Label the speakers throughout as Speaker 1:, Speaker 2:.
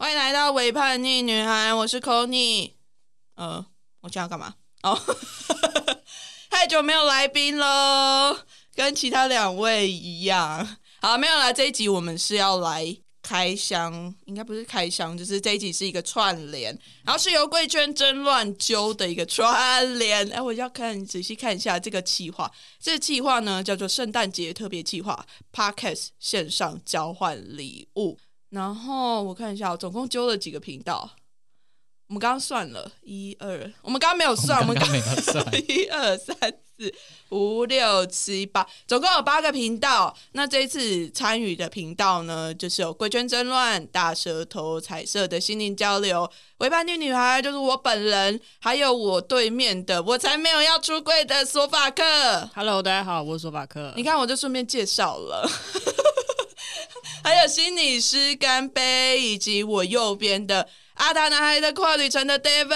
Speaker 1: 迎来到伪叛逆女孩，我是 c o n y 呃，我这样干嘛？哦，太久没有来宾喽，跟其他两位一样。好，没有啦，这一集我们是要来开箱，应该不是开箱，就是这一集是一个串联，然后是由贵圈争乱揪的一个串联。哎，我要看仔细看一下这个企划，这个企划呢叫做圣诞节特别企划 Podcast 线上交换礼物。然后我看一下，我总共揪了几个频道。我们刚刚算了，一二，我们刚刚没有算，我
Speaker 2: 我
Speaker 1: 们
Speaker 2: 们
Speaker 1: 刚
Speaker 2: 刚刚没 有算
Speaker 1: 一二三四五六七八，总共有八个频道。那这一次参与的频道呢，就是有贵圈争乱、大舌头、彩色的心灵交流、维叛逆女孩，就是我本人，还有我对面的，我才没有要出柜的索法克。
Speaker 3: Hello，大家好，我是索法克。
Speaker 1: 你看，我就顺便介绍了。 还有心理师干杯，以及我右边的阿达男孩的跨旅程的 David。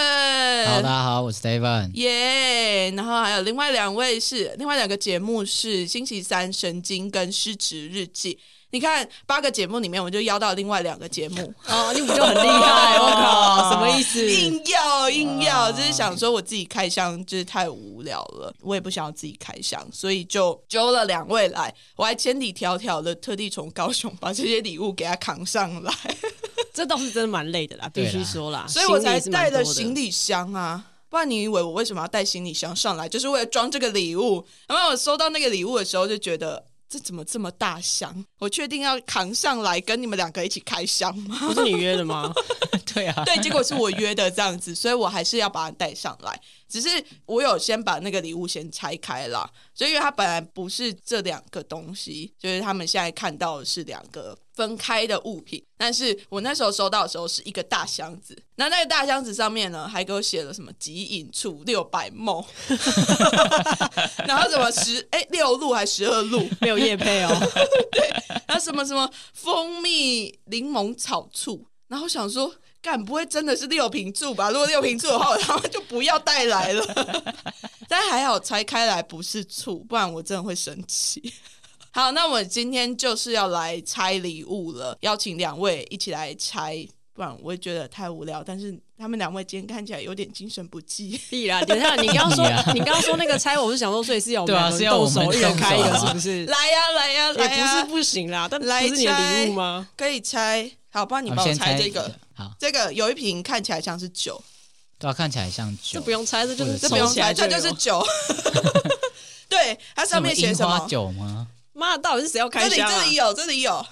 Speaker 2: 好，大家好，我是 Steven。
Speaker 1: 耶然后还有另外两位是另外两个节目是星期三神经跟失职日记。你看八个节目里面，我就邀到另外两个节目，
Speaker 3: 哦，你不就很厉害？ 我靠，什么意思？
Speaker 1: 硬要硬要，就是想说我自己开箱就是太无聊了，我也不想要自己开箱，所以就揪了两位来，我还千里迢迢的特地从高雄把这些礼物给他扛上来，
Speaker 3: 这倒是真的蛮累的啦，
Speaker 2: 对
Speaker 3: 必
Speaker 2: 啦
Speaker 3: 须说啦，
Speaker 1: 所以我才
Speaker 3: 行李是
Speaker 1: 带
Speaker 3: 蛮多
Speaker 1: 了
Speaker 3: 的
Speaker 1: 行。李箱啊。不然你以为我为什么要带行李箱上来？就是为了装这个礼物。然后我收到那个礼物的时候，就觉得这怎么这么大箱？我确定要扛上来跟你们两个一起开箱吗？
Speaker 3: 不是你约的吗？
Speaker 2: 对 啊，
Speaker 1: 对，结果是我约的这样子，所以我还是要把它带上来。只是我有先把那个礼物先拆开啦，所以因为它本来不是这两个东西，就是他们现在看到的是两个分开的物品。但是我那时候收到的时候是一个大箱子，那那个大箱子上面呢还给我写了什么极影处六百梦， 然后什么十哎、六路还十二路，
Speaker 3: 没有夜配哦，
Speaker 1: 然后什么什么蜂蜜柠檬草醋，然后想说，干不会真的是六瓶醋吧？如果六瓶醋的话，我他妈就不要带来了。 但还好拆开来不是醋，不然我真的会生气。好，那我今天就是要来拆礼物了，邀请两位一起来拆，不然我会觉得太无聊。但是他们两位今天看起来有点精神不济，
Speaker 3: 屁啦！等一下，你刚刚说
Speaker 2: 屁啦，
Speaker 3: 你刚刚说那个猜，我是想说，所以啊是要我们
Speaker 2: 对啊是要我们
Speaker 3: 两个人动手，一人
Speaker 2: 动手
Speaker 3: 开一啊个，
Speaker 2: 啊
Speaker 3: 是不 是？也
Speaker 1: 来呀来呀来
Speaker 3: 不
Speaker 1: 呀
Speaker 3: 是，不行啦，但不
Speaker 1: 来
Speaker 3: 是你的礼物吗？
Speaker 1: 可以拆。好，不然你
Speaker 2: 我们
Speaker 1: 帮我
Speaker 2: 先
Speaker 1: 拆
Speaker 2: 猜
Speaker 1: 这
Speaker 2: 一
Speaker 1: 个。
Speaker 2: 好，
Speaker 1: 这个有一瓶看起来像是酒，
Speaker 2: 对啊，看起来像酒，
Speaker 3: 这不用猜，这就是
Speaker 2: 这
Speaker 1: 这不用
Speaker 3: 抽起来
Speaker 1: 猜，这
Speaker 3: 有
Speaker 1: 就是酒。 对，它上面写
Speaker 2: 什
Speaker 1: 什
Speaker 2: 么樱花
Speaker 1: 么？
Speaker 2: 酒吗？
Speaker 3: 妈，到底是谁要
Speaker 1: 这
Speaker 3: 开
Speaker 1: 里
Speaker 3: 箱啊？
Speaker 1: 这里有，这里有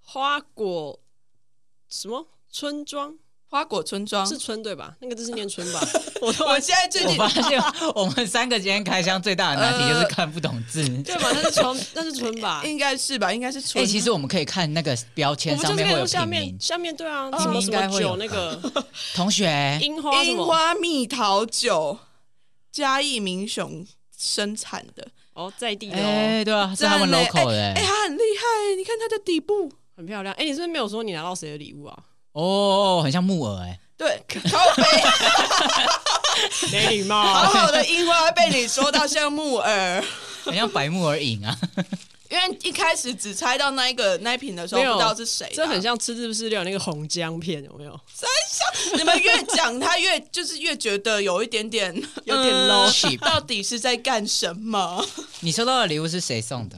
Speaker 3: 花果什么村庄
Speaker 1: 花果村庄。
Speaker 3: 是村对吧？那个字是念 村吧？我都
Speaker 1: 我们现在最
Speaker 2: 我
Speaker 1: 近
Speaker 2: 发现我们三个今天开箱最大的
Speaker 1: 呃
Speaker 2: 难题就是看不懂字。
Speaker 3: 对吧？那是村，那是村吧？
Speaker 1: 应该是吧？应该是村
Speaker 2: 哎，。其实我们可以看那个标
Speaker 3: 我
Speaker 2: 签
Speaker 3: 不
Speaker 2: 上
Speaker 3: 就是
Speaker 2: 面
Speaker 3: 可
Speaker 2: 会
Speaker 3: 以
Speaker 2: 有
Speaker 3: 用下
Speaker 2: 品
Speaker 3: 面
Speaker 2: 名，
Speaker 3: 下面对啊，
Speaker 1: 哦
Speaker 3: 什么
Speaker 2: 应
Speaker 3: 什
Speaker 2: 该
Speaker 3: 么
Speaker 2: 会有哎
Speaker 3: 酒那个
Speaker 2: 同学，
Speaker 3: 樱花什
Speaker 1: 樱
Speaker 3: 么
Speaker 1: 花蜜桃酒，嘉义民雄生产的，
Speaker 3: 哦，在地的哦，
Speaker 2: 哎，对啊，是他们
Speaker 1: 赞嘞
Speaker 2: local 的
Speaker 1: 哎，
Speaker 2: 欸，
Speaker 1: 它很厉害，你看它的底部。
Speaker 3: 很漂亮。哎，你是不是没有说你拿到谁的礼物啊？
Speaker 2: 哦，很像木耳哎，
Speaker 1: 对，靠背，
Speaker 3: 没礼
Speaker 1: 好
Speaker 3: 貌，
Speaker 1: 好的樱花被你说到像木耳，
Speaker 2: 很像白木耳饮 啊。
Speaker 1: 因为一开始只猜到那一个那一瓶的时候，
Speaker 3: 没
Speaker 1: 不
Speaker 3: 有
Speaker 1: 知道是谁的啊。
Speaker 3: 这很像吃日式料理那个红姜片，有没有？
Speaker 1: 你们越讲，他越就是越觉得有一点点
Speaker 3: 有点
Speaker 1: 呃
Speaker 3: low
Speaker 2: cheap
Speaker 1: 到底是在干什么？
Speaker 2: 你收到的礼物是谁送的？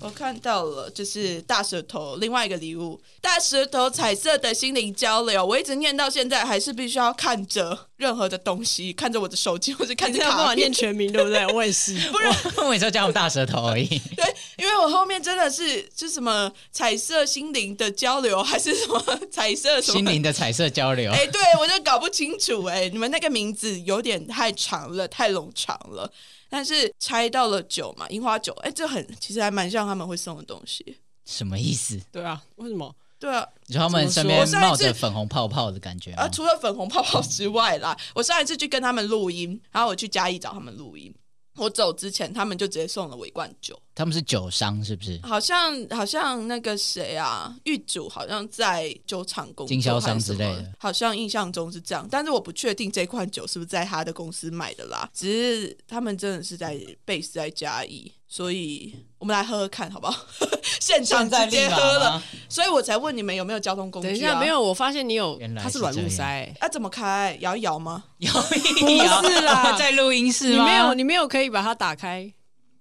Speaker 1: 我看到了，就是大舌头另外一个礼物，大舌头彩色的心灵交流。我一直念到现在，还是必须要看着任何的东西，看着我的手机或者看
Speaker 3: 你
Speaker 1: 着
Speaker 3: 这样办
Speaker 1: 卡
Speaker 3: 法
Speaker 1: 片
Speaker 3: 念。全名，对不对？我也是，
Speaker 1: 不然，
Speaker 2: 我每次讲我大舌头而已。
Speaker 1: 对，因为我后面真的是就什么彩色心灵的交流，还是什么彩色 什么
Speaker 2: 心灵的彩色交流
Speaker 1: 哎、，对我就搞不清楚哎、你们那个名字有点太长了，太冗长了。但是拆到了酒嘛，樱花酒，哎、这很其实还蛮像他们会送的东西。
Speaker 2: 什么意思？
Speaker 3: 对啊，为什么？
Speaker 1: 对啊，
Speaker 2: 你说他们身边
Speaker 1: 怎么说
Speaker 2: 冒着粉红泡泡的感觉吗
Speaker 1: 啊，？除了粉红泡泡之外啦，我上一次去跟他们录音，然后我去嘉义找他们录音，我走之前他们就直接送了我一罐酒，
Speaker 2: 他们是酒商是不是？
Speaker 1: 好像好像那个谁啊，狱主好像在酒厂工作，
Speaker 2: 经销商之类的，
Speaker 1: 好像印象中是这样，但是我不确定这款酒是不是在他的公司买的啦，只是他们真的是在 base 在嘉义，所以我们来喝喝看好不好？ 现场
Speaker 2: 现在
Speaker 1: 直
Speaker 2: 立
Speaker 1: 接
Speaker 2: 马
Speaker 1: 喝了，
Speaker 2: 吗？
Speaker 1: 所以我才问你们有没有交通工具、啊。
Speaker 3: 等一下，没有，我发现你有
Speaker 2: 原，来
Speaker 3: 它
Speaker 2: 是
Speaker 3: 软木
Speaker 2: 这样
Speaker 3: 塞，
Speaker 1: 啊？怎么开？摇一摇吗？
Speaker 2: 有
Speaker 3: 不是啦
Speaker 2: 在录音室
Speaker 3: 你
Speaker 2: 吗？
Speaker 3: 没有，你没有可以把它打开，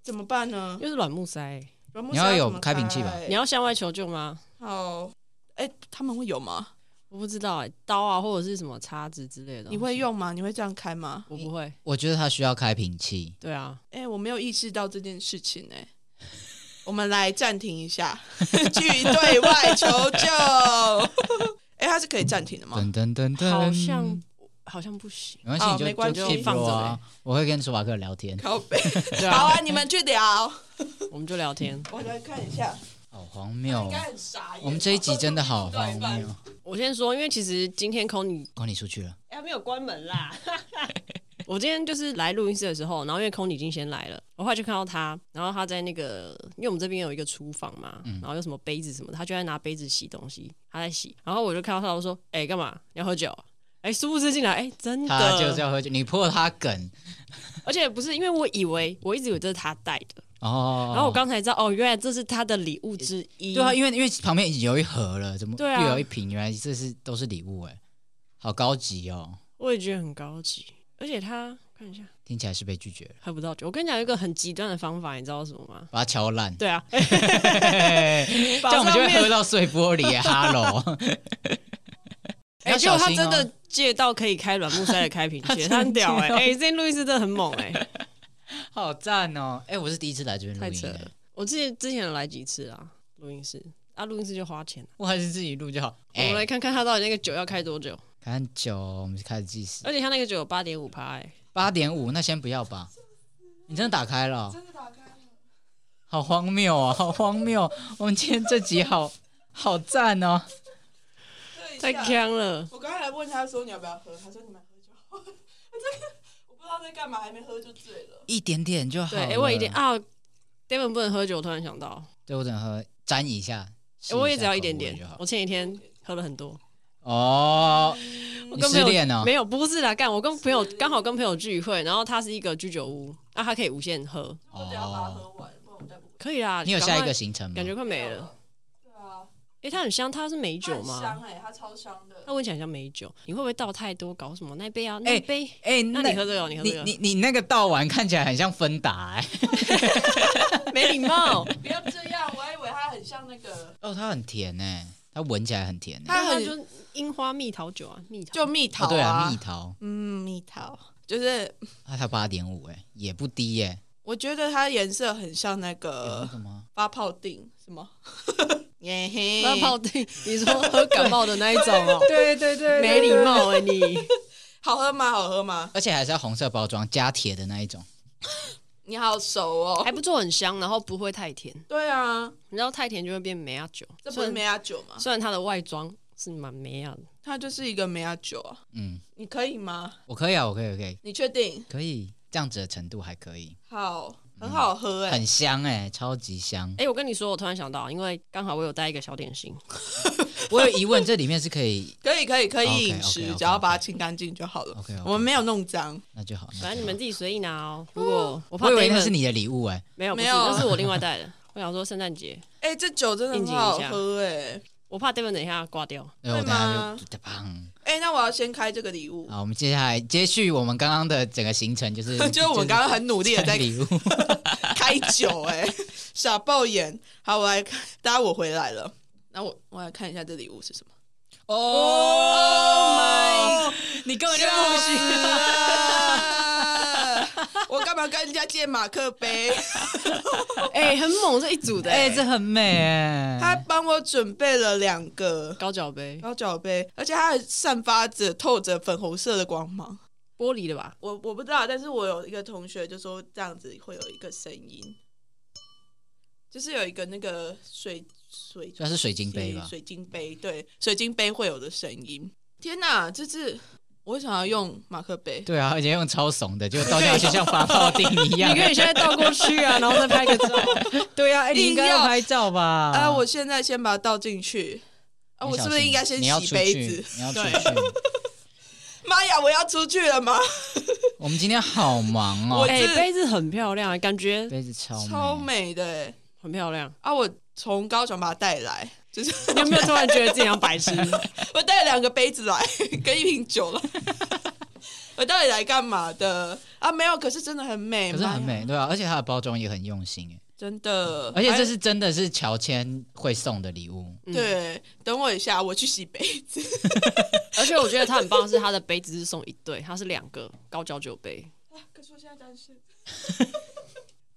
Speaker 1: 怎么办呢？
Speaker 3: 又是软木塞，
Speaker 1: 软木
Speaker 2: 你
Speaker 1: 塞
Speaker 2: 要有
Speaker 1: 怎么
Speaker 2: 开瓶器吧
Speaker 3: 你要向外求救吗？
Speaker 1: 好，哎、他们会有吗？
Speaker 3: 我不知道哎、刀啊或者是什么叉子之类的，
Speaker 1: 你会？用吗？你会这样开吗？
Speaker 3: 我不会。
Speaker 2: 我觉得他需要开瓶器。
Speaker 3: 对啊，
Speaker 1: 哎、我没有意识到这件事情哎、我们来暂停一下， 去对外求救。哎、它是可以暂停的吗？
Speaker 2: 噔噔噔噔，
Speaker 3: 好像好像不行。
Speaker 2: 没关系，
Speaker 1: 哦
Speaker 2: 你就
Speaker 1: 没关系
Speaker 2: 就 keep
Speaker 3: 放着
Speaker 2: 住啊。我会跟舒瓦克聊天。
Speaker 1: 靠背。
Speaker 3: 对
Speaker 1: 好
Speaker 3: 啊，
Speaker 1: 啊，你们去聊。
Speaker 3: 我们就聊天。
Speaker 1: 我来看一下，
Speaker 2: 好荒谬
Speaker 1: 应
Speaker 2: 哦
Speaker 1: 该！很傻眼。
Speaker 2: 我们这一集真的好荒
Speaker 1: 哎
Speaker 2: 谬。
Speaker 3: 我先说，因为其实今天 Kony，
Speaker 2: 管你出去了，
Speaker 1: 哎还没有关门 啦。
Speaker 3: 我今天就是来录音室的时候，然后因为 Kony 已经先来了，我后来就看到他，然后他在那个，因为我们这边有一个厨房嘛，然后有什么杯子什么的，他就在拿杯子洗东西，他在洗，然后我就看到他，我说：“哎、干嘛？你要喝酒啊？”哎、殊不知进来，哎、真
Speaker 2: 他就是
Speaker 3: 的，
Speaker 2: 要喝酒，你破他梗
Speaker 3: 而且不是因为我以为，我一直以为这是他带的，
Speaker 2: 哦。
Speaker 3: 然后我刚才知道，哦，原来这是他的礼物之一。
Speaker 2: 对啊，因为因为旁边已经有一盒了，怎么
Speaker 3: 对啊
Speaker 2: 又有一瓶？原来这是都是礼物哎，好高级哦！
Speaker 3: 我也觉得很高级，而且他看一下
Speaker 2: 听起来是被拒绝了，
Speaker 3: 喝不到酒。我跟你讲，有一个很极端的方法，你知道是什么吗？
Speaker 2: 把它敲烂，
Speaker 3: 对啊，
Speaker 2: 这样我们就会喝到碎玻璃耶。哈喽，
Speaker 3: 哎、
Speaker 2: 要
Speaker 3: 结
Speaker 2: 小
Speaker 3: 果他
Speaker 2: 心
Speaker 3: 真
Speaker 2: 哦
Speaker 3: 的。借到可以开软木塞的开 瓶
Speaker 2: 他
Speaker 3: 器，
Speaker 2: 真
Speaker 3: 他很屌
Speaker 2: 借
Speaker 3: 哎、欸！
Speaker 2: 到
Speaker 3: 哎、这间录音室真的很猛哎、
Speaker 2: 好赞哦！哎，我是第一次来这边
Speaker 3: 太
Speaker 2: 录音欸
Speaker 3: 扯了
Speaker 2: 耶，！
Speaker 3: 我之前之前有来几次啊，录音室啊，录音室就花钱、
Speaker 2: 我还是自己录就好。
Speaker 3: 我
Speaker 2: 哎
Speaker 3: 们，来看看他到底那个酒要开多久，
Speaker 2: 看酒，我们开始计时，
Speaker 3: 而且他那个酒有八点五趴哎，
Speaker 2: 八点五，那先不要吧。你真的打开了哦，
Speaker 1: 真的打开了。
Speaker 2: 好荒谬哦，好荒谬！我们今天这集好好赞哦。
Speaker 1: 对
Speaker 3: 太
Speaker 1: 一下
Speaker 3: 坑了！
Speaker 1: 我刚才还问他说你要不要喝，他说你们喝就好。 我这个我不知道在干嘛，还没喝就醉了。
Speaker 2: 一点点就好。
Speaker 3: 对，哎、我有一点，啊，Devon 不能喝酒，我突然想到，
Speaker 2: 对我只能喝沾一下，
Speaker 3: 哎我也只要
Speaker 2: 试
Speaker 3: 一
Speaker 2: 一下
Speaker 3: 点
Speaker 2: 口味
Speaker 3: 点
Speaker 2: 就好。
Speaker 3: 我前几天喝了很多，
Speaker 2: 哦，
Speaker 3: 我
Speaker 2: 你
Speaker 3: 跟朋
Speaker 2: 失
Speaker 3: 友
Speaker 2: 恋哦？
Speaker 3: 没有，不是啦，干我跟朋友刚好跟朋友聚会，然后它是一个居酒屋，啊，它可以无限喝，
Speaker 1: 我等一下把它喝完，不然我再不。
Speaker 3: 可以啦。
Speaker 2: 你有
Speaker 3: 赶
Speaker 2: 下一
Speaker 3: 快
Speaker 2: 个行程吗？
Speaker 3: 感觉快没了。
Speaker 1: 对啊，
Speaker 3: 诶，它很香，它是美酒
Speaker 1: 它很
Speaker 3: 吗
Speaker 1: 香？哎、它超香的。
Speaker 3: 它闻起来很像美酒，你会不会倒太多？搞什么那杯啊？
Speaker 2: 诶
Speaker 3: 那杯，
Speaker 2: 哎、
Speaker 3: 那你喝这个，你喝
Speaker 2: 你
Speaker 3: 这个，
Speaker 2: 你你那个倒完看起来很像芬达、哎
Speaker 3: 没 礼貌。
Speaker 1: 不要这样，我还以为它很像那个，
Speaker 2: 哦，它很甜哎、它闻起来很甜哎、
Speaker 1: 它很
Speaker 3: 就是樱花蜜桃酒啊，蜜桃
Speaker 1: 就蜜桃
Speaker 2: 哦，对啊，蜜桃，
Speaker 1: 嗯，蜜桃就是
Speaker 2: 啊，它八点五哎，也不低耶、
Speaker 1: 我觉得它颜色很像那
Speaker 2: 有
Speaker 1: 个
Speaker 2: 那个吗？，
Speaker 1: 发泡锭，什么？ 耶嘿，
Speaker 3: 那泡定，你说喝感冒的那一种哦
Speaker 2: 对对对
Speaker 3: 没礼。貌哎 你。
Speaker 1: 好喝吗？好喝吗？
Speaker 2: 而且还是要红色包装加铁的那一种，
Speaker 1: 你好熟哦。
Speaker 3: 还不错，很香，然后不会太甜，
Speaker 1: 对啊，
Speaker 3: 你知道太甜就会变梅亚酒，
Speaker 1: 这不
Speaker 3: 虽
Speaker 1: 是
Speaker 3: 然
Speaker 1: 梅亚酒吗？
Speaker 3: 虽然它的外装是蛮梅亚的。
Speaker 1: 它就是一个梅亚酒啊。
Speaker 2: 嗯，
Speaker 1: 你可以吗？
Speaker 2: 我可以啊，我可以，我可以，
Speaker 1: 你确定？
Speaker 2: 可以这样子的程度还可以，
Speaker 1: 好，很好喝哎、
Speaker 2: 很香哎、超级香。
Speaker 3: 哎、我跟你说，我突然想到，因为刚好我有带一个小点心，
Speaker 2: 我有疑问，这里面是可以
Speaker 1: 可以可以可以
Speaker 2: OK，OK，OK，
Speaker 1: 饮食
Speaker 2: OK，
Speaker 1: 只要把它清干净就好了。
Speaker 2: OK，OK
Speaker 1: 我们没有弄脏，
Speaker 2: 那就好。那就好
Speaker 3: 反正你们自己随意拿哦。如果我怕
Speaker 2: 我以为
Speaker 3: Damon-
Speaker 2: 那是你的礼物哎、
Speaker 3: 没有，不
Speaker 1: 没
Speaker 3: 是，
Speaker 1: 有
Speaker 3: 那是我另外带的。我想说圣诞节，
Speaker 1: 哎、这酒真的很
Speaker 3: 应景一
Speaker 1: 好
Speaker 3: 下
Speaker 1: 喝哎、
Speaker 3: 我怕 Devon 等一下挂掉。
Speaker 2: 然后我
Speaker 1: 会
Speaker 2: 等下
Speaker 1: 吗
Speaker 2: 就砰。
Speaker 1: 哎、那我要先开这个礼物，
Speaker 2: 好，我们接下来接续我们刚刚的整个行程，就是
Speaker 1: 就是我们刚刚很努力的在
Speaker 2: 礼物，
Speaker 1: 开酒哎、傻爆眼。好，我来看，大家我回来了，那我我来看一下这礼物是什么。 Oh my！
Speaker 2: 哦你根
Speaker 1: 啊！ 我干嘛跟人家借马克杯？
Speaker 3: 哎、很猛，这一组的、
Speaker 2: 哎、
Speaker 3: 哎、
Speaker 2: 这很美哎、
Speaker 1: 他帮我准备了两个
Speaker 3: 高脚杯，
Speaker 1: 高脚杯，而且它还散发着透着粉红色的光芒。
Speaker 3: 玻璃的吧？
Speaker 1: 我我不知道，但是我有一个同学就说这样子会有一个声音，就是有一个那个水水
Speaker 2: 算是水晶杯吧？
Speaker 1: 水晶杯，对，水晶杯会有的声音。天哪，这是我想要用马克杯，
Speaker 2: 对啊，而且用超怂的，就倒下去像发泡钉一样
Speaker 3: 你。可以 现在倒过去 啊，然后再拍个照。
Speaker 2: 对啊，哎
Speaker 1: 你应该要
Speaker 2: 拍照吧？
Speaker 1: 啊，我现在先把它倒进去。啊，我是不是应该先
Speaker 2: 你要
Speaker 1: 洗
Speaker 2: 出
Speaker 1: 杯
Speaker 2: 去
Speaker 1: 子？，
Speaker 2: 你要出
Speaker 3: 对
Speaker 2: 去。
Speaker 1: 妈呀，我要出去了吗？
Speaker 2: 我们今天好忙
Speaker 1: 我
Speaker 2: 哦，
Speaker 3: 哎、
Speaker 1: 这
Speaker 3: 杯子很漂亮，啊感觉
Speaker 2: 杯子超
Speaker 1: 超美的欸
Speaker 3: 很漂亮。
Speaker 1: 啊！我从高雄把它带来，就是
Speaker 3: 你有没有突然觉得自己像 白痴？
Speaker 1: 我带了两个杯子来 跟一瓶酒来。 我到底来干嘛的啊？没有，可是真的很美，
Speaker 2: 可是很
Speaker 1: 妈呀，
Speaker 2: 美，对啊，而且它的包装也很用心哎，
Speaker 1: 真的。
Speaker 2: 而且这是真的是乔迁会送的礼物，
Speaker 3: 嗯
Speaker 1: 对，等我一下，我去洗杯 子。
Speaker 3: 而且我觉得它很棒，是它的杯子是送一对，它是两个高脚酒杯。
Speaker 1: 啊可是我现在单 身，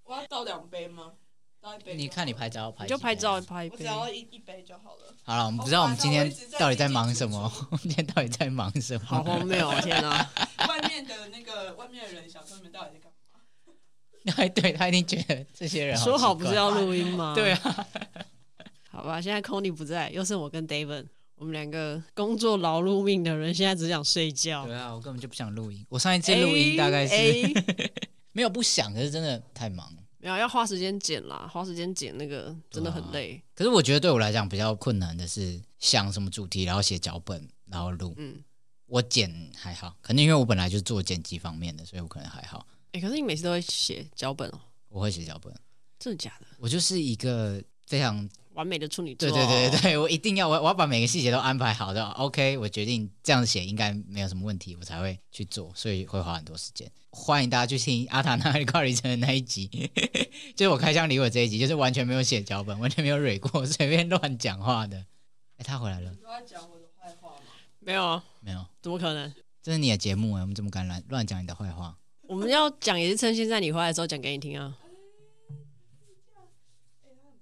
Speaker 1: 我要倒两杯吗？倒一杯就好，
Speaker 2: 你看你拍照拍几张
Speaker 3: 你就拍照拍一
Speaker 1: 我只
Speaker 3: 杯，
Speaker 1: 要一一杯就好了。
Speaker 2: 好了，我们不知道我们今天到底在忙什么，我们今天到底在忙什
Speaker 3: 好
Speaker 2: 么？
Speaker 3: 荒谬哦！天哪，
Speaker 1: 外面的那个 外面的人想说你们到底在干嘛？
Speaker 2: 哎，对他一定觉得这些人
Speaker 3: 说好
Speaker 2: 奇
Speaker 3: 不
Speaker 2: 怪
Speaker 3: 是要录音吗？
Speaker 2: 对，啊，
Speaker 3: 好吧，现在 Conny 不在，又剩我跟 David，我们两个工作劳碌命的人，现在只想睡觉
Speaker 2: 对。啊，我根本就不想录音。我上一次录音大概
Speaker 3: 哎
Speaker 2: 是
Speaker 3: 哎
Speaker 2: 没有不想，可是真的太忙。
Speaker 3: 没有要花时间剪啦，花时间剪那个真的很
Speaker 2: 啊
Speaker 3: 累。
Speaker 2: 可是我觉得对我来讲比较困难的是想什么主题，然后写脚本，然后录。
Speaker 3: 嗯，
Speaker 2: 我剪还好，可能因为我本来就做剪辑方面的，所以我可能还好。
Speaker 3: 哎、可是你每次都会写脚本哦，
Speaker 2: 我会写脚本，
Speaker 3: 真的假的？
Speaker 2: 我就是一个非常
Speaker 3: 完美的处女座，哦
Speaker 2: 对对对对对，我一定要我我要把每个细节都安排好的。OK，我决定这样写应该没有什么问题，我才会去做，所以会花很多时间。欢迎大家去听阿塔纳 里跨里程的那一集， 就是我开箱礼物的这一集，就是完全没有写脚本，完全没有蕊过， 随便乱讲话的。哎，他回来了
Speaker 1: 都在讲我的坏话吗？
Speaker 3: 没有啊，
Speaker 2: 没有？
Speaker 3: 怎么可能？
Speaker 2: 这是你的节目哎，我们怎么敢乱乱讲你的坏话？
Speaker 3: 我们要讲也是趁现在你回来的时候讲给你听啊。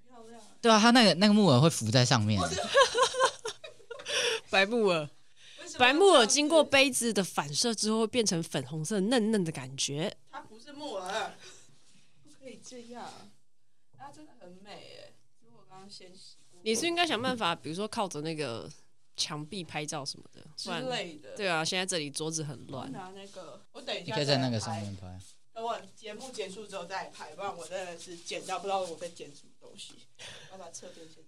Speaker 1: 漂亮啊，
Speaker 2: 对啊，他那个那个木耳会浮在上面，
Speaker 3: 白木耳，
Speaker 1: 为什么
Speaker 3: 白木耳经过杯子的反射之后，会变成粉红色嫩嫩的感觉。
Speaker 1: 它不是木耳， 不可以这样。它真的很美诶，因为我刚刚先洗过
Speaker 3: 你是应该想办法，比如说靠着那个墙壁拍照什么的，
Speaker 1: 之
Speaker 3: 不然
Speaker 1: 类的。
Speaker 3: 对啊，现在这里桌子很
Speaker 1: 我
Speaker 3: 乱。
Speaker 1: 拿那个，我等一
Speaker 2: 你
Speaker 1: 下
Speaker 2: 可以
Speaker 1: 再
Speaker 2: 在
Speaker 1: 来
Speaker 2: 那个
Speaker 1: 拍
Speaker 2: 上面拍。
Speaker 1: 等我节目结束之后再拍，不然我真的是剪到不知道我在剪什么东西。我把侧边先。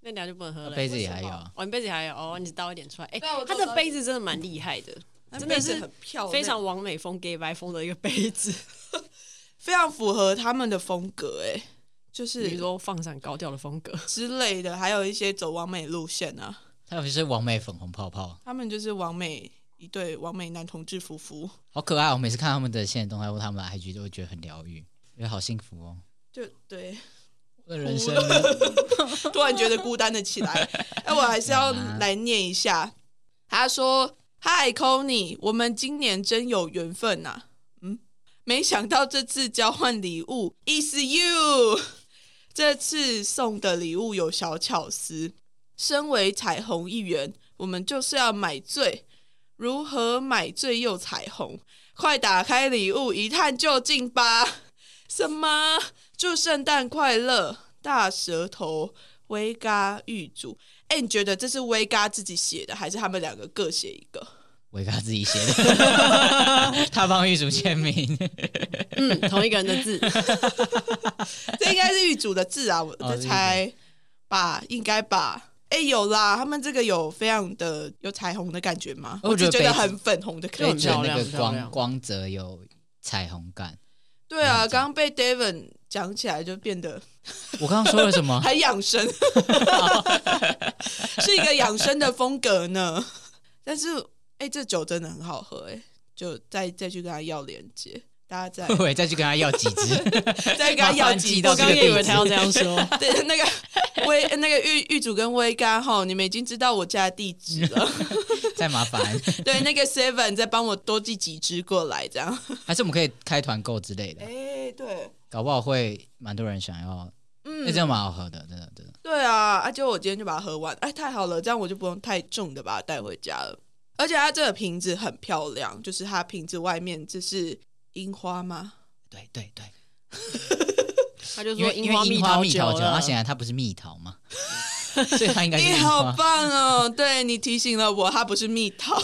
Speaker 3: 那等下就不能喝了。
Speaker 2: 杯子也还有啊，
Speaker 3: 哦，你杯子还有哦，你倒一点出哦来。哎、
Speaker 1: 对啊我
Speaker 3: 它
Speaker 1: 倒倒
Speaker 3: 的
Speaker 1: 一
Speaker 3: 杯子真的蛮厉害的，真
Speaker 1: 那杯
Speaker 3: 的是
Speaker 1: 子很漂亮，
Speaker 3: 非常完美风、gay 白风的一个杯子。
Speaker 1: 非常符合他们的风格，哎，就是
Speaker 3: 比如说放闪高调的风格，
Speaker 1: 之类的，还有一些走完美路线啊，
Speaker 2: 他不是完美粉红泡泡，
Speaker 1: 他们就是完美一对完美男同志夫妇，
Speaker 2: 好可爱、哦！我每次看他们的现实动态或他们的 IG 都会觉得很疗愈，觉得好幸福哦。
Speaker 1: 就对，
Speaker 2: 我的人生呢，
Speaker 1: 突然觉得孤单了起来。哎，我还是要来念一下，他说：“嗨，Conny，我们今年真有缘分呐、嗯，没想到这次交换礼物，is you。这次送的礼物有小巧思，身为彩虹一员，我们就是要买醉。如何买醉又彩虹？快打开礼物一探究竟吧！什么？祝圣诞快乐，大舌头威嘎玉主。哎、你觉得这是威嘎自己写的，还是他们两个各写一个？
Speaker 2: 我给他自己写 的，他帮玉竹签名。
Speaker 3: 嗯，同一个人的字，
Speaker 1: 这应该是玉主的字啊，我
Speaker 2: 哦
Speaker 1: 在猜吧，应该吧。哎、有啦，他们这个有非常的有彩虹的感觉吗？
Speaker 2: 哦我
Speaker 1: 我只
Speaker 2: 觉
Speaker 1: 觉
Speaker 2: 得
Speaker 1: 得
Speaker 2: 杯子
Speaker 1: 很粉红的
Speaker 2: 所
Speaker 1: 感
Speaker 2: 以觉
Speaker 1: 觉。
Speaker 2: 得那个
Speaker 3: 很漂亮很漂
Speaker 2: 光
Speaker 3: 亮
Speaker 2: 光泽有彩虹感。
Speaker 1: 对
Speaker 2: 嗯
Speaker 1: 啊，刚刚被 David 讲起来就变得
Speaker 2: 我刚刚说了什 么？
Speaker 1: 很养生， 是一个养生的风格呢。但是，哎、这酒真的很好喝、哎，就再再去跟他要链接，大家再
Speaker 2: 我也再去跟他要几支，
Speaker 1: 再跟他要
Speaker 2: 麻烦
Speaker 1: 几
Speaker 2: 寄
Speaker 1: 支
Speaker 2: 到
Speaker 3: 我
Speaker 2: 这
Speaker 3: 刚
Speaker 2: 个
Speaker 3: 刚也以
Speaker 2: 地
Speaker 3: 为
Speaker 2: 址
Speaker 3: 他要这样说。
Speaker 1: 对，那个威那个玉玉主跟威干哈，你们已经知道我家的地址了。
Speaker 2: 再麻烦。
Speaker 1: 对，那个 Seven 再帮我多寄几只过来，这样。
Speaker 2: 还是我们可以开团购之类
Speaker 1: 哎
Speaker 2: 的，、
Speaker 1: 对，
Speaker 2: 搞不好会蛮多人想要。那、
Speaker 1: 嗯
Speaker 2: 真，的蛮好喝的，真的真的。
Speaker 1: 对啊，啊，就我今天就把它喝完，哎，太好了，这样我就不用太重的把它带回家了。而且它这个瓶子很漂亮，就是它瓶子外面这是樱花吗？
Speaker 2: 对对对，
Speaker 3: 他就
Speaker 2: 因
Speaker 3: 说
Speaker 2: 为因为
Speaker 3: 蜜
Speaker 2: 樱花蜜
Speaker 3: 酒
Speaker 2: 桃
Speaker 3: 啊
Speaker 2: 酒，
Speaker 3: 了
Speaker 2: 它显然它不是蜜桃 嘛，所以它应该是
Speaker 1: 你
Speaker 2: 哎
Speaker 1: 哎
Speaker 2: 樱
Speaker 1: 好
Speaker 2: 花。
Speaker 1: 棒哦！对你提醒了我，它不是蜜桃。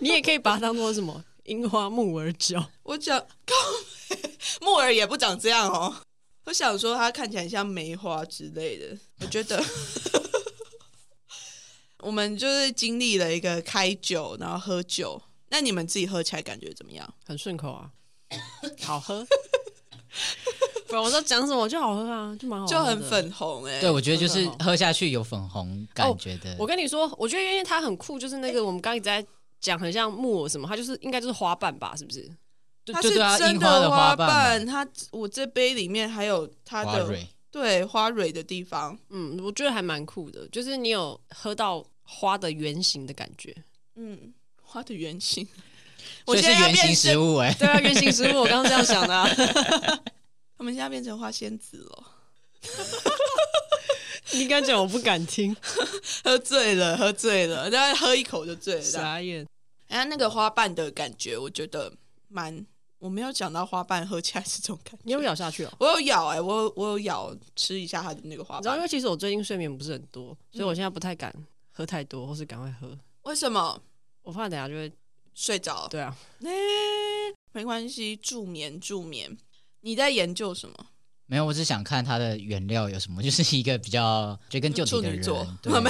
Speaker 3: 你也可以把它当做什么樱花木耳酒，
Speaker 1: 我讲靠，木耳也不长这样哦。我想说它看起来像梅花之类的，我觉得我们就是经历了一个开酒，然后喝酒，那你们自己喝起来感觉怎么样？
Speaker 3: 很顺口啊，好喝。 不然我说讲什么就好喝啊，就蛮好喝
Speaker 1: 就
Speaker 3: 的，
Speaker 1: 很粉红哦哎、
Speaker 2: 哦对，我觉得就是
Speaker 3: 真的
Speaker 2: 喝下去有粉红感觉的。
Speaker 3: 我跟你说，我觉得因为它很酷，就是那个我们刚刚一直在讲，很像木偶什么，它就是应该就是花瓣吧，是不是？
Speaker 2: 对
Speaker 1: 它
Speaker 2: 对
Speaker 1: 是
Speaker 2: 对啊，
Speaker 1: 真
Speaker 2: 樱花
Speaker 1: 的
Speaker 2: 花
Speaker 1: 瓣，
Speaker 2: 嘛
Speaker 1: 它我这杯里面还有它
Speaker 2: 花
Speaker 1: 的
Speaker 2: 蕊，
Speaker 1: 对花蕊的地方，
Speaker 3: 嗯，我觉得还蛮酷的，就是你有喝到花的原型的感觉。
Speaker 1: 嗯，花的原型。 我
Speaker 2: 所以
Speaker 1: 现在
Speaker 2: 是
Speaker 1: 要
Speaker 2: 圆
Speaker 1: 变
Speaker 2: 形
Speaker 1: 成
Speaker 2: 食，物哎、
Speaker 3: 对啊，原型食物，我刚刚这样想的、啊。
Speaker 1: 他们现在变成花仙子了，
Speaker 3: 你刚讲我不敢 听，
Speaker 1: 喝醉了，喝醉了，大概喝一口就醉了。这样
Speaker 3: 傻眼。
Speaker 1: 然哎后那个花瓣的感觉，我觉得蛮，我没有讲到花瓣喝起来是这种感觉。
Speaker 3: 你有咬下去哦？
Speaker 1: 我有咬哎、我有我有咬吃一下它的那个花
Speaker 3: 你知道，因
Speaker 1: 瓣，
Speaker 3: 为其实我最近睡眠不是很多，所以我现在不太敢喝太多，或是赶快喝。
Speaker 1: 为什么
Speaker 3: 我怕等下就会，
Speaker 1: 睡着了？
Speaker 3: 对啊，
Speaker 1: 哎、没关系，助眠助眠。你在研究什么？
Speaker 2: 没有，我只想看它的原料有什么，就是一个比较就跟就地的
Speaker 1: 处女
Speaker 2: 人
Speaker 1: 座，
Speaker 2: 对，那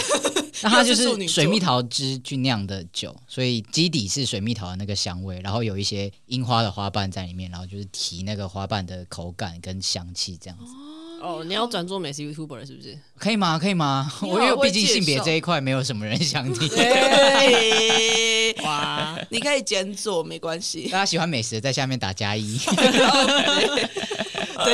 Speaker 2: 它就
Speaker 1: 又是处女
Speaker 2: 是
Speaker 1: 座
Speaker 2: 水蜜桃汁去酿的酒，所以基底是水蜜桃的那个香味，然后有一些樱花的花瓣在里面，然后就是提那个花瓣的口感跟香气这样子，
Speaker 3: 哦，你要转做美食 YouTuber 了是不是？
Speaker 2: 可以吗？可以吗？
Speaker 1: 你
Speaker 2: 我
Speaker 1: 好
Speaker 2: 因为
Speaker 1: 会
Speaker 2: 毕竟
Speaker 1: 介
Speaker 2: 性别
Speaker 1: 绍
Speaker 2: 这一块没有什么人想 听，
Speaker 1: 哎
Speaker 3: 哇，
Speaker 1: 你可以兼做，没关系。
Speaker 2: 大家喜欢美食的在下面打加一，
Speaker 3: 等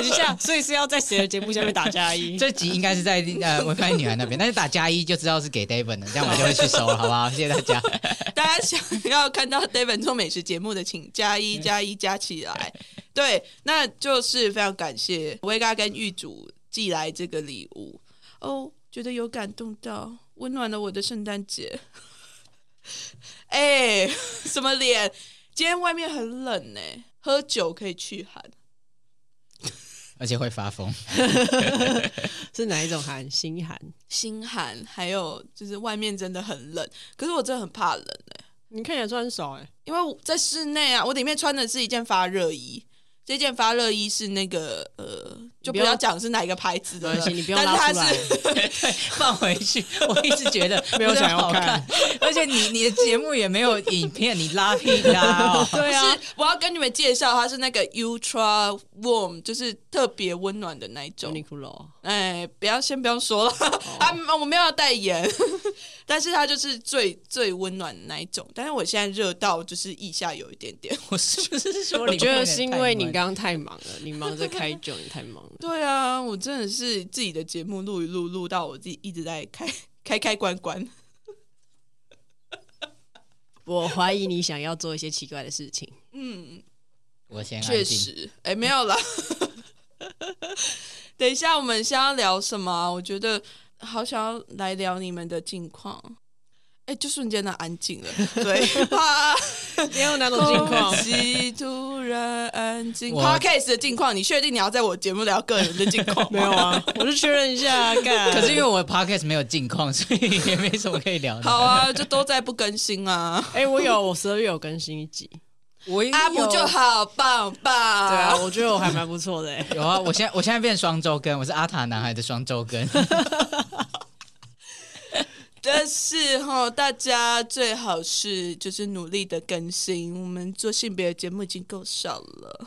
Speaker 3: 一下， 所以是要在谁的节目下面打加 一？
Speaker 2: 这集应该是在呃文翻女孩那边，但是打加一就知道是给 David 的，这样我就会去收了，好不好？谢谢大 家。
Speaker 1: 大家想要看到 David 做美食节目的，请加一加一加起来。对，那就是非常感谢威嘎跟玉主寄来这个礼物哦，觉得有感动到，温暖了我的圣诞节。 哎、什么脸？今天外面很冷呢、喝酒可以驱寒。
Speaker 2: 而且会发疯，
Speaker 3: 是哪一种寒？心寒？
Speaker 1: 心寒，还有就是外面真的很冷，可是我真的很怕冷哎、
Speaker 3: 你看起来穿少哎、
Speaker 1: 因为我在室内啊，我里面穿的是一件发热衣，这件发热衣是那个呃，就不
Speaker 3: 不
Speaker 1: 要
Speaker 3: 要
Speaker 1: 讲是哪一个牌子的
Speaker 3: 没关
Speaker 1: 了
Speaker 3: 系，你不，用
Speaker 1: 但
Speaker 3: 拉
Speaker 1: 是它
Speaker 3: 出来
Speaker 1: 是
Speaker 2: 放回去。我一直觉得
Speaker 3: 没有
Speaker 2: 不是
Speaker 3: 想要
Speaker 2: 好看， 而且你你的节目也没有影片，你拉屁拉、 哦。
Speaker 3: 对
Speaker 1: 是我要跟你们介绍，它是那个 ultra warm，就是特别温暖的那一
Speaker 3: 尤
Speaker 1: 种
Speaker 3: 尼。库 罗，
Speaker 1: 哎，不要先不要说了， 啊，
Speaker 3: 哦
Speaker 1: 我没有要代言， 但是它就是最最温暖的那一种。但是我现在热到就是腋下有一点点。
Speaker 2: 我是不是说
Speaker 3: 我
Speaker 2: 你
Speaker 3: 觉
Speaker 2: 不
Speaker 3: 得
Speaker 2: 能
Speaker 3: 是因
Speaker 2: 太
Speaker 3: 为你
Speaker 2: 闷
Speaker 3: 刚刚太忙了，你忙着开酒，你太忙了。
Speaker 1: 对啊，我真的是自己的节目录一录，录到我自己一直在开开开关关。
Speaker 3: 我怀疑你想要做一些奇怪的事情。
Speaker 1: 嗯，
Speaker 2: 我先安
Speaker 1: 确
Speaker 2: 静，
Speaker 1: 实，哎、没有啦。 等一下，我们先要聊什么啊？我觉得好想要来聊你们的近况。哎、就瞬间的安静了， 对吧？
Speaker 3: 没有哪种情况
Speaker 1: 空？气突然安静。
Speaker 2: 我
Speaker 1: Podcast 的近况，你确定你要在我节目聊个人的近况吗？
Speaker 3: 没有 啊，我就确认一 下。干，
Speaker 2: 可是因为我的 podcast 没有近况，所以也没什么可以聊的。
Speaker 1: 好啊，就都在不更新啊。
Speaker 3: 哎、我有，我十二月有更新一集。
Speaker 2: 我也
Speaker 3: 啊
Speaker 1: 阿布
Speaker 2: 有
Speaker 1: 就好棒棒。
Speaker 3: 对啊，我觉得我还蛮不错的、 哎
Speaker 2: 有啊，我现在我现在变双周更，我是阿塔男孩的双周 更。
Speaker 1: 但是哈，大家最好是就是努力的更新。我们做性别的节目已经够少了，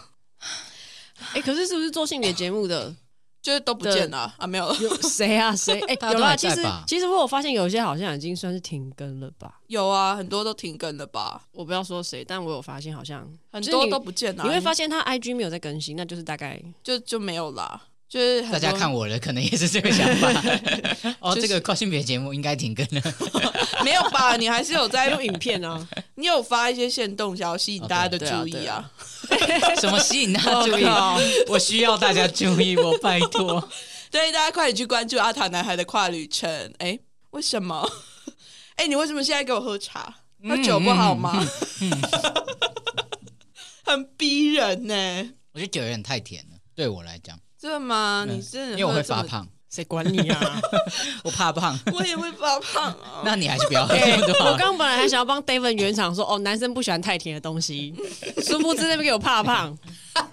Speaker 3: 哎、可是是不是做性别节目的
Speaker 1: 就是都不见了啊，没有了。
Speaker 3: 有谁啊？ 谁？哎、
Speaker 2: 大家
Speaker 3: 有
Speaker 2: 都还
Speaker 3: 啦。其
Speaker 2: 在
Speaker 3: 实
Speaker 2: 吧
Speaker 3: 其实我有发现，有一些好像已经算是停更了吧。
Speaker 1: 有啊，很多都停更了吧，
Speaker 3: 我不要说谁，但我有发现，好像
Speaker 1: 很
Speaker 3: 就是
Speaker 1: 多
Speaker 3: 你
Speaker 1: 都不见了。
Speaker 3: 你会发现他 IG 没有在更新，那就是大概
Speaker 1: 就就没有啦，就是很
Speaker 2: 大
Speaker 1: 多
Speaker 2: 家看我的，可能也是这个想 法。哦，
Speaker 1: 就是
Speaker 2: 这个跨性别节目应该停更 了。
Speaker 1: 没有吧？你还是有
Speaker 3: 还
Speaker 1: 在
Speaker 3: 有，影片 啊。
Speaker 1: 你有发一些线动，想要吸引大家的注意啊。
Speaker 2: 什么吸引大家注意
Speaker 3: 我靠？
Speaker 2: 我需要大家注意，我拜托。
Speaker 1: 对，大家快点去关注阿塔男孩的跨旅程。哎，为什么？ 哎，你为什么现在给我喝茶？喝酒不好吗？很逼人呢、
Speaker 2: 我觉得酒有点太甜了，对我来讲，
Speaker 1: 真的吗？
Speaker 2: 嗯
Speaker 1: 你真的
Speaker 2: 因为我
Speaker 1: 喝
Speaker 2: 会
Speaker 1: 这么
Speaker 2: 发，胖，
Speaker 3: 谁管你 啊？
Speaker 2: 我怕胖。
Speaker 1: 我也会发胖 啊。
Speaker 2: 那你还是不要喝
Speaker 3: 哎
Speaker 2: 这么多
Speaker 3: 我
Speaker 2: 好了。
Speaker 3: 刚本来还想要帮 David 圆场说，哦，男生不喜欢太甜的东 西，殊不知那边给我怕胖。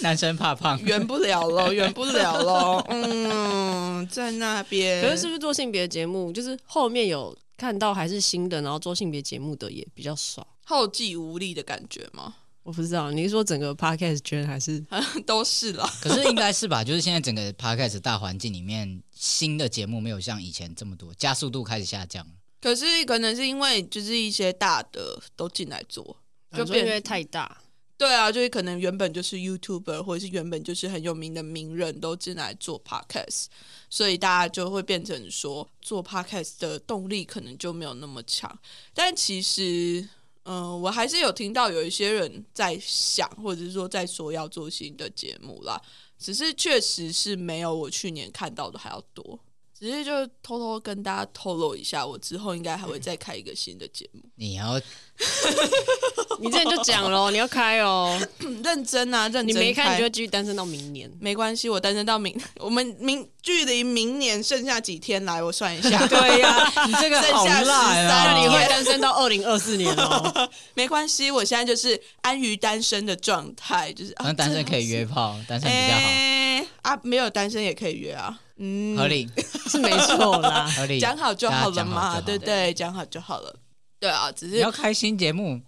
Speaker 2: 男生 怕胖，
Speaker 1: 圆不了 喽，圆不了喽。嗯，在那边。
Speaker 3: 可是是不是做性别的节目，就是后面有看到还是新的，然后做性别节目的也比较少。
Speaker 1: 后继无力的感觉吗？
Speaker 3: 我不知道，你是说整个 podcast 圈还是
Speaker 1: 都是啦，
Speaker 2: 可是应该是吧？就是现在整个 podcast 大环境里面，新的节目没有像以前这么多，加速度开始下降了。
Speaker 1: 可是可能是因为就是一些大的都进来做，就
Speaker 3: 你说因
Speaker 1: 变
Speaker 3: 为太大？
Speaker 1: 对啊，就是可能原本就是 YouTuber 或者是原本就是很有名的名人都进来做 Podcast，所以大家就会变成说做 Podcast 的动力可能就没有那么强。但其实，嗯、我还是有听到有一些人在想，或者是说在说要做新的节目啦，只是确实是没有我去年看到的还要多。只是就偷偷跟大家透露一下，我之后应该还
Speaker 3: 嗯
Speaker 1: 会再开一个新的节目。
Speaker 2: 你要
Speaker 3: 你之前就讲了哦，你要开哦，
Speaker 1: 认真啊，认真
Speaker 3: 你没
Speaker 1: 开
Speaker 3: 看你就继续单身到明年。
Speaker 1: 没关系，我单身到明， 我们明距离明年剩下几天来，我算一 下，
Speaker 3: 对 呀、你这个
Speaker 1: 好
Speaker 2: 啊
Speaker 1: 辣呀
Speaker 3: 那你会单身到二零二四年哦。
Speaker 1: 没关系，我现在就是安于单身的状态，就是啊
Speaker 2: 反正单身可以约炮，单身比较好，
Speaker 1: 哎啊，没有单身也可以约啊，嗯，
Speaker 2: 合理
Speaker 3: 是没错啦。
Speaker 2: 合理。
Speaker 1: 哎讲好就好
Speaker 2: 大
Speaker 1: 了
Speaker 2: 家讲好就
Speaker 1: 嘛，
Speaker 2: 好
Speaker 1: 对不对？讲好就好了，对啊，只
Speaker 2: 你
Speaker 1: 是
Speaker 2: 要开新节目，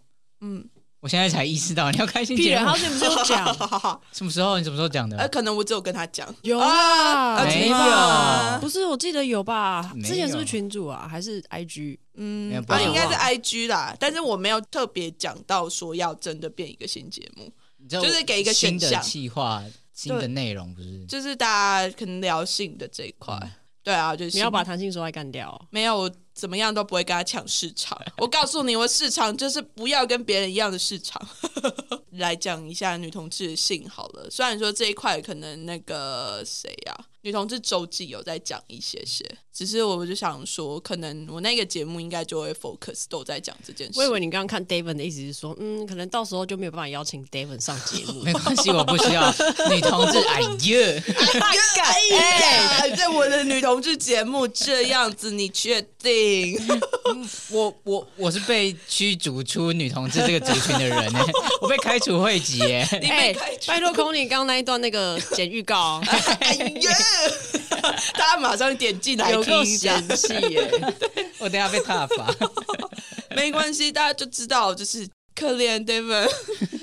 Speaker 1: 嗯，啊
Speaker 2: 我现在才意识到你要开新
Speaker 3: 屁
Speaker 2: 节
Speaker 3: 人，
Speaker 2: 目
Speaker 3: 他，之前不是有讲
Speaker 2: 什么时候？你什么时候讲 的？
Speaker 1: 呃，可能我只有跟他讲，
Speaker 3: 有
Speaker 1: 啊
Speaker 3: 啊？
Speaker 2: 没
Speaker 1: 有
Speaker 3: 吧不是，我记得有吧？
Speaker 2: 没有
Speaker 3: 之前是不是群主啊，还是 IG？
Speaker 1: 嗯
Speaker 2: 没有，
Speaker 1: 啊，
Speaker 2: 办
Speaker 3: 法
Speaker 1: 应该是 IG 啦，但是我没有特别讲到说要真的变一个新节目，
Speaker 2: 你知道
Speaker 1: 就是给一个选
Speaker 2: 新
Speaker 1: 项
Speaker 2: 的计划、新的内容，不是？
Speaker 1: 就是大家可能聊性的这一块，
Speaker 2: 嗯
Speaker 1: 对啊，就是
Speaker 3: 你要把谈性说爱干掉哦。
Speaker 1: 没有，我怎么样都不会跟他抢市场。我告诉你，我市场就是不要跟别人一样的市场。 来讲一下女同志的性好了，虽然说这一块可能那个谁呀、女同志周记有在讲一些些，只是我就想说，可能我那个节目应该就会 focus 都在讲这件事。
Speaker 3: 我以为你刚刚看 David 的意思是说，嗯，可能到时候就没有办法邀请 David 上节 目。
Speaker 2: 没关系，我不需 要女同志。哎呀，
Speaker 1: 哎呀，在我的女同志节目这样子，你确 定？
Speaker 2: 我我我是被驱逐出女同志这个族群的人呢， 我被开除会籍欸耶。
Speaker 1: 你被
Speaker 3: 哎
Speaker 1: 开，除
Speaker 3: 拜托 Conny 刚刚那一段那个剪预告，
Speaker 1: 哎 呀，大家马上点进来
Speaker 3: 有
Speaker 1: 听
Speaker 3: 够
Speaker 1: 一下。
Speaker 3: 嫌弃耶！
Speaker 2: 我等一下被踏伐。
Speaker 1: 没关系，大家就知道，就是可怜 David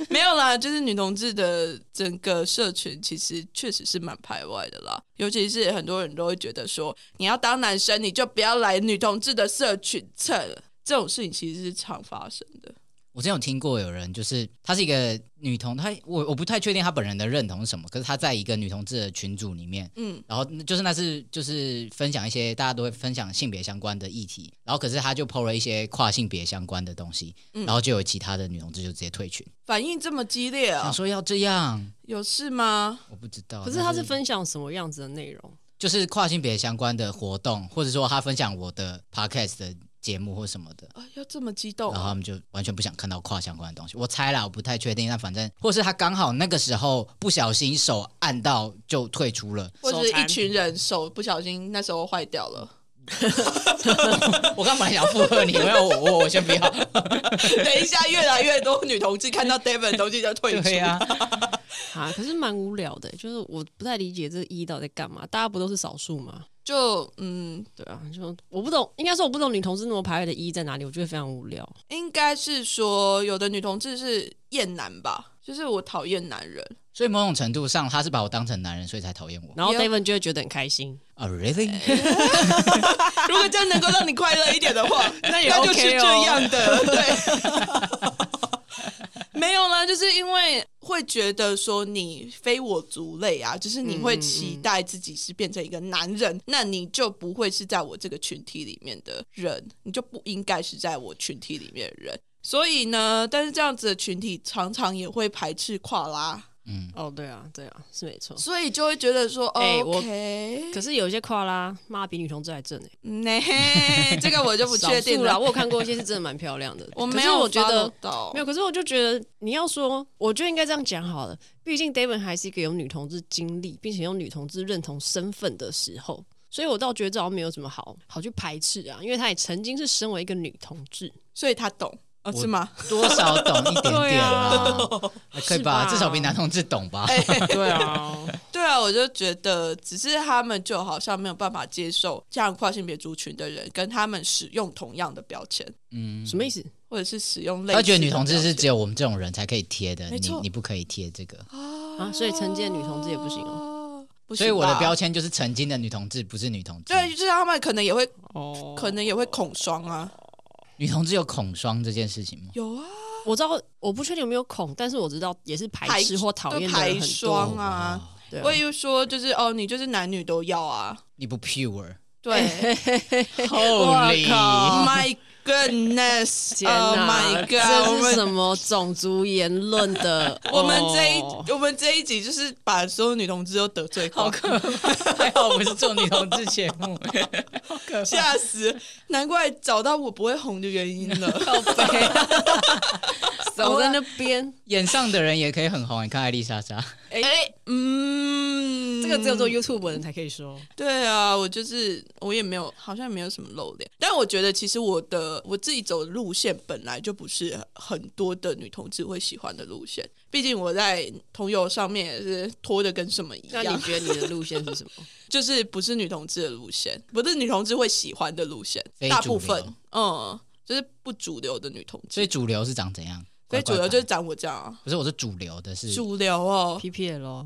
Speaker 1: 没有啦，就是女同志的整个社群其实确实是蛮排外的啦，尤其是很多人都会觉得说，你要当男生你就不要来女同志的社群蹭，这种事情其实是常发生的。
Speaker 2: 我之前有听过有人，就是她是一个女同，她我我不太确定她本人的认同是什么，可是她在一个女同志的群组里面，
Speaker 1: 嗯
Speaker 2: 嗯，然后就是那是就是分享一些大家都会分享性别相关的议题，然后可是她就 PO 了一些跨性别相关的东西，
Speaker 1: 嗯
Speaker 2: 然后就有其他的女同志就直接退群，
Speaker 1: 反应这么激烈啊
Speaker 2: 想，说要这样，
Speaker 1: 有事吗？
Speaker 2: 我不知道，
Speaker 3: 可是
Speaker 2: 但
Speaker 3: 他是分享什么样子的内容？
Speaker 2: 就是跨性别相关的活动，或者说她分享我的 podcast 的节目或什么的，
Speaker 1: 啊，要这么激动
Speaker 2: 然后他
Speaker 1: 啊？
Speaker 2: 们就完全不想看到跨相关的东西。我猜啦，我不太确定，但反正或是他刚好那个时候不小心手按到就退出了。
Speaker 1: 或者是
Speaker 3: 手残
Speaker 1: 一群人手不小心那时候坏掉了，
Speaker 2: 我刚本来想附和你，没有我我我先不要。
Speaker 1: 等一下越来越多女同志看到 David 的东西就退出
Speaker 2: 对呀、
Speaker 3: 啊，可是蛮无聊的，就是我不太理解这一到底在干嘛。大家不都是少数吗？
Speaker 1: 就嗯，
Speaker 3: 对啊，就我不懂，应该说我不懂女同志那么排位的意义在哪里，我觉得非常无聊。
Speaker 1: 应该是说，有的女同志是厌男吧，就是我讨厌男人。
Speaker 2: 所以某种程度上，他是把我当成男人，所以才讨厌我。
Speaker 3: 然后
Speaker 1: Yeah
Speaker 3: David 就会觉得很开心，
Speaker 2: 啊、r e a l l y
Speaker 1: 如果这样能够让你快乐一点的话，
Speaker 3: 那也
Speaker 1: 就是
Speaker 3: OK
Speaker 1: 这
Speaker 3: 哦
Speaker 1: 样的， 对。没有啦，就是因为会觉得说你非我族类啊，就是你
Speaker 3: 嗯
Speaker 1: 会期待自己是变成一个男人，那你就不会是在我这个群体里面的人，你就不应该是在我群体里面的人。所以呢，但是这样子的群体常常也会排斥跨拉，
Speaker 2: 嗯，
Speaker 3: 哦，对啊，对啊，是没错。
Speaker 1: 所以就会觉得说，
Speaker 3: 哎
Speaker 1: 哦
Speaker 3: 我
Speaker 1: OK，
Speaker 3: 可是有一些跨拉妈比女同志还正哎、
Speaker 1: 那、这个我就不确定
Speaker 3: 了。
Speaker 1: 了。
Speaker 3: 我有看过一些是真的蛮漂 亮的，
Speaker 1: 我
Speaker 3: 可
Speaker 1: 没
Speaker 3: 是
Speaker 1: 有，
Speaker 3: 我觉得
Speaker 1: 到
Speaker 3: 没有，可是我就觉得你要说，我觉得应该这样讲好了。毕竟 David 还是一个有女同志经历，并且有女同志认同身份的时候，所以我倒觉得这好像没有什么好好去排斥啊，因为他也曾经是身为一个女同志，
Speaker 1: 所以他懂。哦，是吗？
Speaker 2: 多少懂一点点啦
Speaker 3: 对，
Speaker 2: 还可以
Speaker 3: 是
Speaker 2: 吧？
Speaker 3: 吧
Speaker 2: 至少比男同志懂吧？
Speaker 1: 哎、
Speaker 3: 对啊，
Speaker 1: 对啊，我就觉得，只是他们就好像没有办法接受这样跨性别族群的人跟他们使用同样的标签，
Speaker 2: 嗯，
Speaker 3: 什么意思？
Speaker 1: 或者是使用类似的标签。
Speaker 2: 他觉得女同志是只有我们这种人才可以贴的，
Speaker 1: 没
Speaker 2: 你
Speaker 1: 错
Speaker 2: 你不可以贴这个。
Speaker 1: 啊
Speaker 3: 所以成见女同志也不行
Speaker 1: 哦。不行
Speaker 2: 所以我的
Speaker 1: 吧
Speaker 2: 标签就是曾经的女同志，不是女同志。
Speaker 1: 对，就是他们可能也会，
Speaker 3: 哦
Speaker 1: 可能也会恐双啊，
Speaker 2: 女同志有恐双这件事情吗？
Speaker 1: 有啊，
Speaker 3: 我知道，我不确定有没有恐，但是我知道也是排斥或讨厌
Speaker 1: 就
Speaker 3: 的
Speaker 1: 排
Speaker 3: 人很
Speaker 1: 双
Speaker 3: 多。
Speaker 1: 啊。
Speaker 2: 哦
Speaker 3: 对啊
Speaker 1: 我也就说，就是哦，你就是男女都要啊。
Speaker 2: 你不 pure，
Speaker 1: 对
Speaker 2: Holy
Speaker 1: ，Oh，My goodness，Oh
Speaker 3: 天哪
Speaker 1: my
Speaker 3: 这
Speaker 1: God，我
Speaker 3: 是
Speaker 1: 们？
Speaker 3: 什么种族言论 的
Speaker 1: 我们这
Speaker 3: 哦
Speaker 1: 一我们这一集就是把所有女同志都得罪光，
Speaker 2: 还好我们是做女同志节 目，
Speaker 1: 吓死！难怪找到我不会红的原因 了。
Speaker 2: 靠背啊
Speaker 3: 走在那边，
Speaker 2: 演上的人也可以很红。你看艾丽莎莎，
Speaker 1: 哎、嗯，
Speaker 3: 这个只有做 YouTube 的人才可以说。
Speaker 1: 对啊，我就是我也没有，好像没有什么露脸。但我觉得其实我的我自己走的路线本来就不是很多的女同志会喜欢的路线，毕竟我在同游上面也是拖的跟什么一
Speaker 3: 那你
Speaker 1: 样，
Speaker 3: 觉得你的路线是什么？
Speaker 1: 就是不是女同志的路线，不是女同志会喜欢的路线，
Speaker 2: 非主流
Speaker 1: 大部分嗯，就是不主流的女同志，
Speaker 2: 所以主流是长怎样？
Speaker 1: 所以主流
Speaker 2: 乖乖牌
Speaker 1: 就是长我这样啊。
Speaker 2: 不是我是主流的是
Speaker 1: 主流哦
Speaker 3: P P L 哦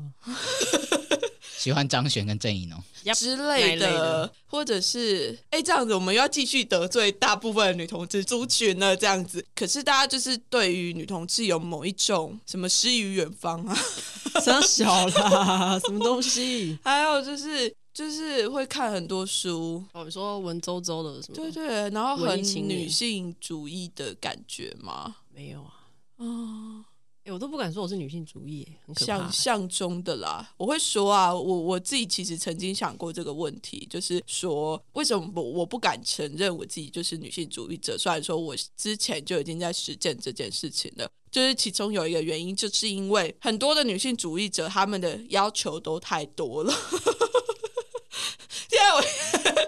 Speaker 2: 喜欢张悬跟郑怡农，
Speaker 1: 之类
Speaker 3: 哪一类
Speaker 1: 的
Speaker 3: 的，
Speaker 1: 或者是哎、这样子，我们又要继续得罪大部分的女同志族群了，这样子。可是大家就是对于女同志有某一种什么诗与远方啊，
Speaker 3: 三小啦， 什么东西？
Speaker 1: 还有就是就是会看很多书，
Speaker 3: 哦，你说文绉绉的什么？
Speaker 1: 对对，然后
Speaker 3: 文
Speaker 1: 很
Speaker 3: 艺青年
Speaker 1: 女性主义的感觉嘛，
Speaker 3: 没有啊，
Speaker 1: 嗯，
Speaker 3: 哎，我都不敢说我是女性主义，很可怕
Speaker 1: 想。象中的啦。我会说啊，我我自己其实曾经想过这个问题，就是说为什么我我不敢承认我自己就是女性主义者？虽然说我之前就已经在实践这件事情了。就是其中有一个原因，就是因为很多的女性主义者，她们的要求都太多了。现在我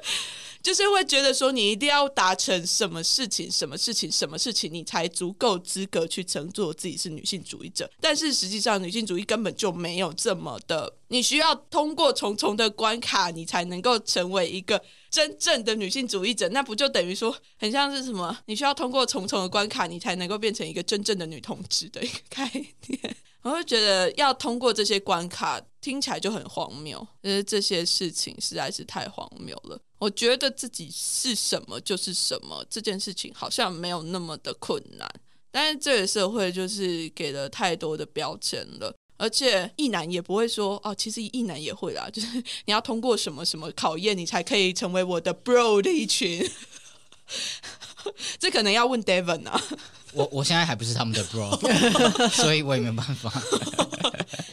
Speaker 1: 就是会觉得说，你一定要达成什么事情、什么事情、什么事情，你才足够资格去称作自己是女性主义者。但是实际上，女性主义根本就没有这么的，你需要通过重重的关卡，你才能够成为一个。真正的女性主义者，那不就等于说，很像是什么？你需要通过重重的关卡，你才能够变成一个真正的女同志的一个概念。我会觉得要通过这些关卡，听起来就很荒谬。就是这些事情实在是太荒谬了。我觉得自己是什么就是什么，这件事情好像没有那么的困难。但是这个社会就是给了太多的标签了，而且一男也不会说哦，其实一男也会啦，就是 你要通过什么什么考验，你才可以成为我的 bro 的一群。 这可能要问 Devon 啊，
Speaker 2: 我我现在还不是他们的 bro，所 以我也没有办法。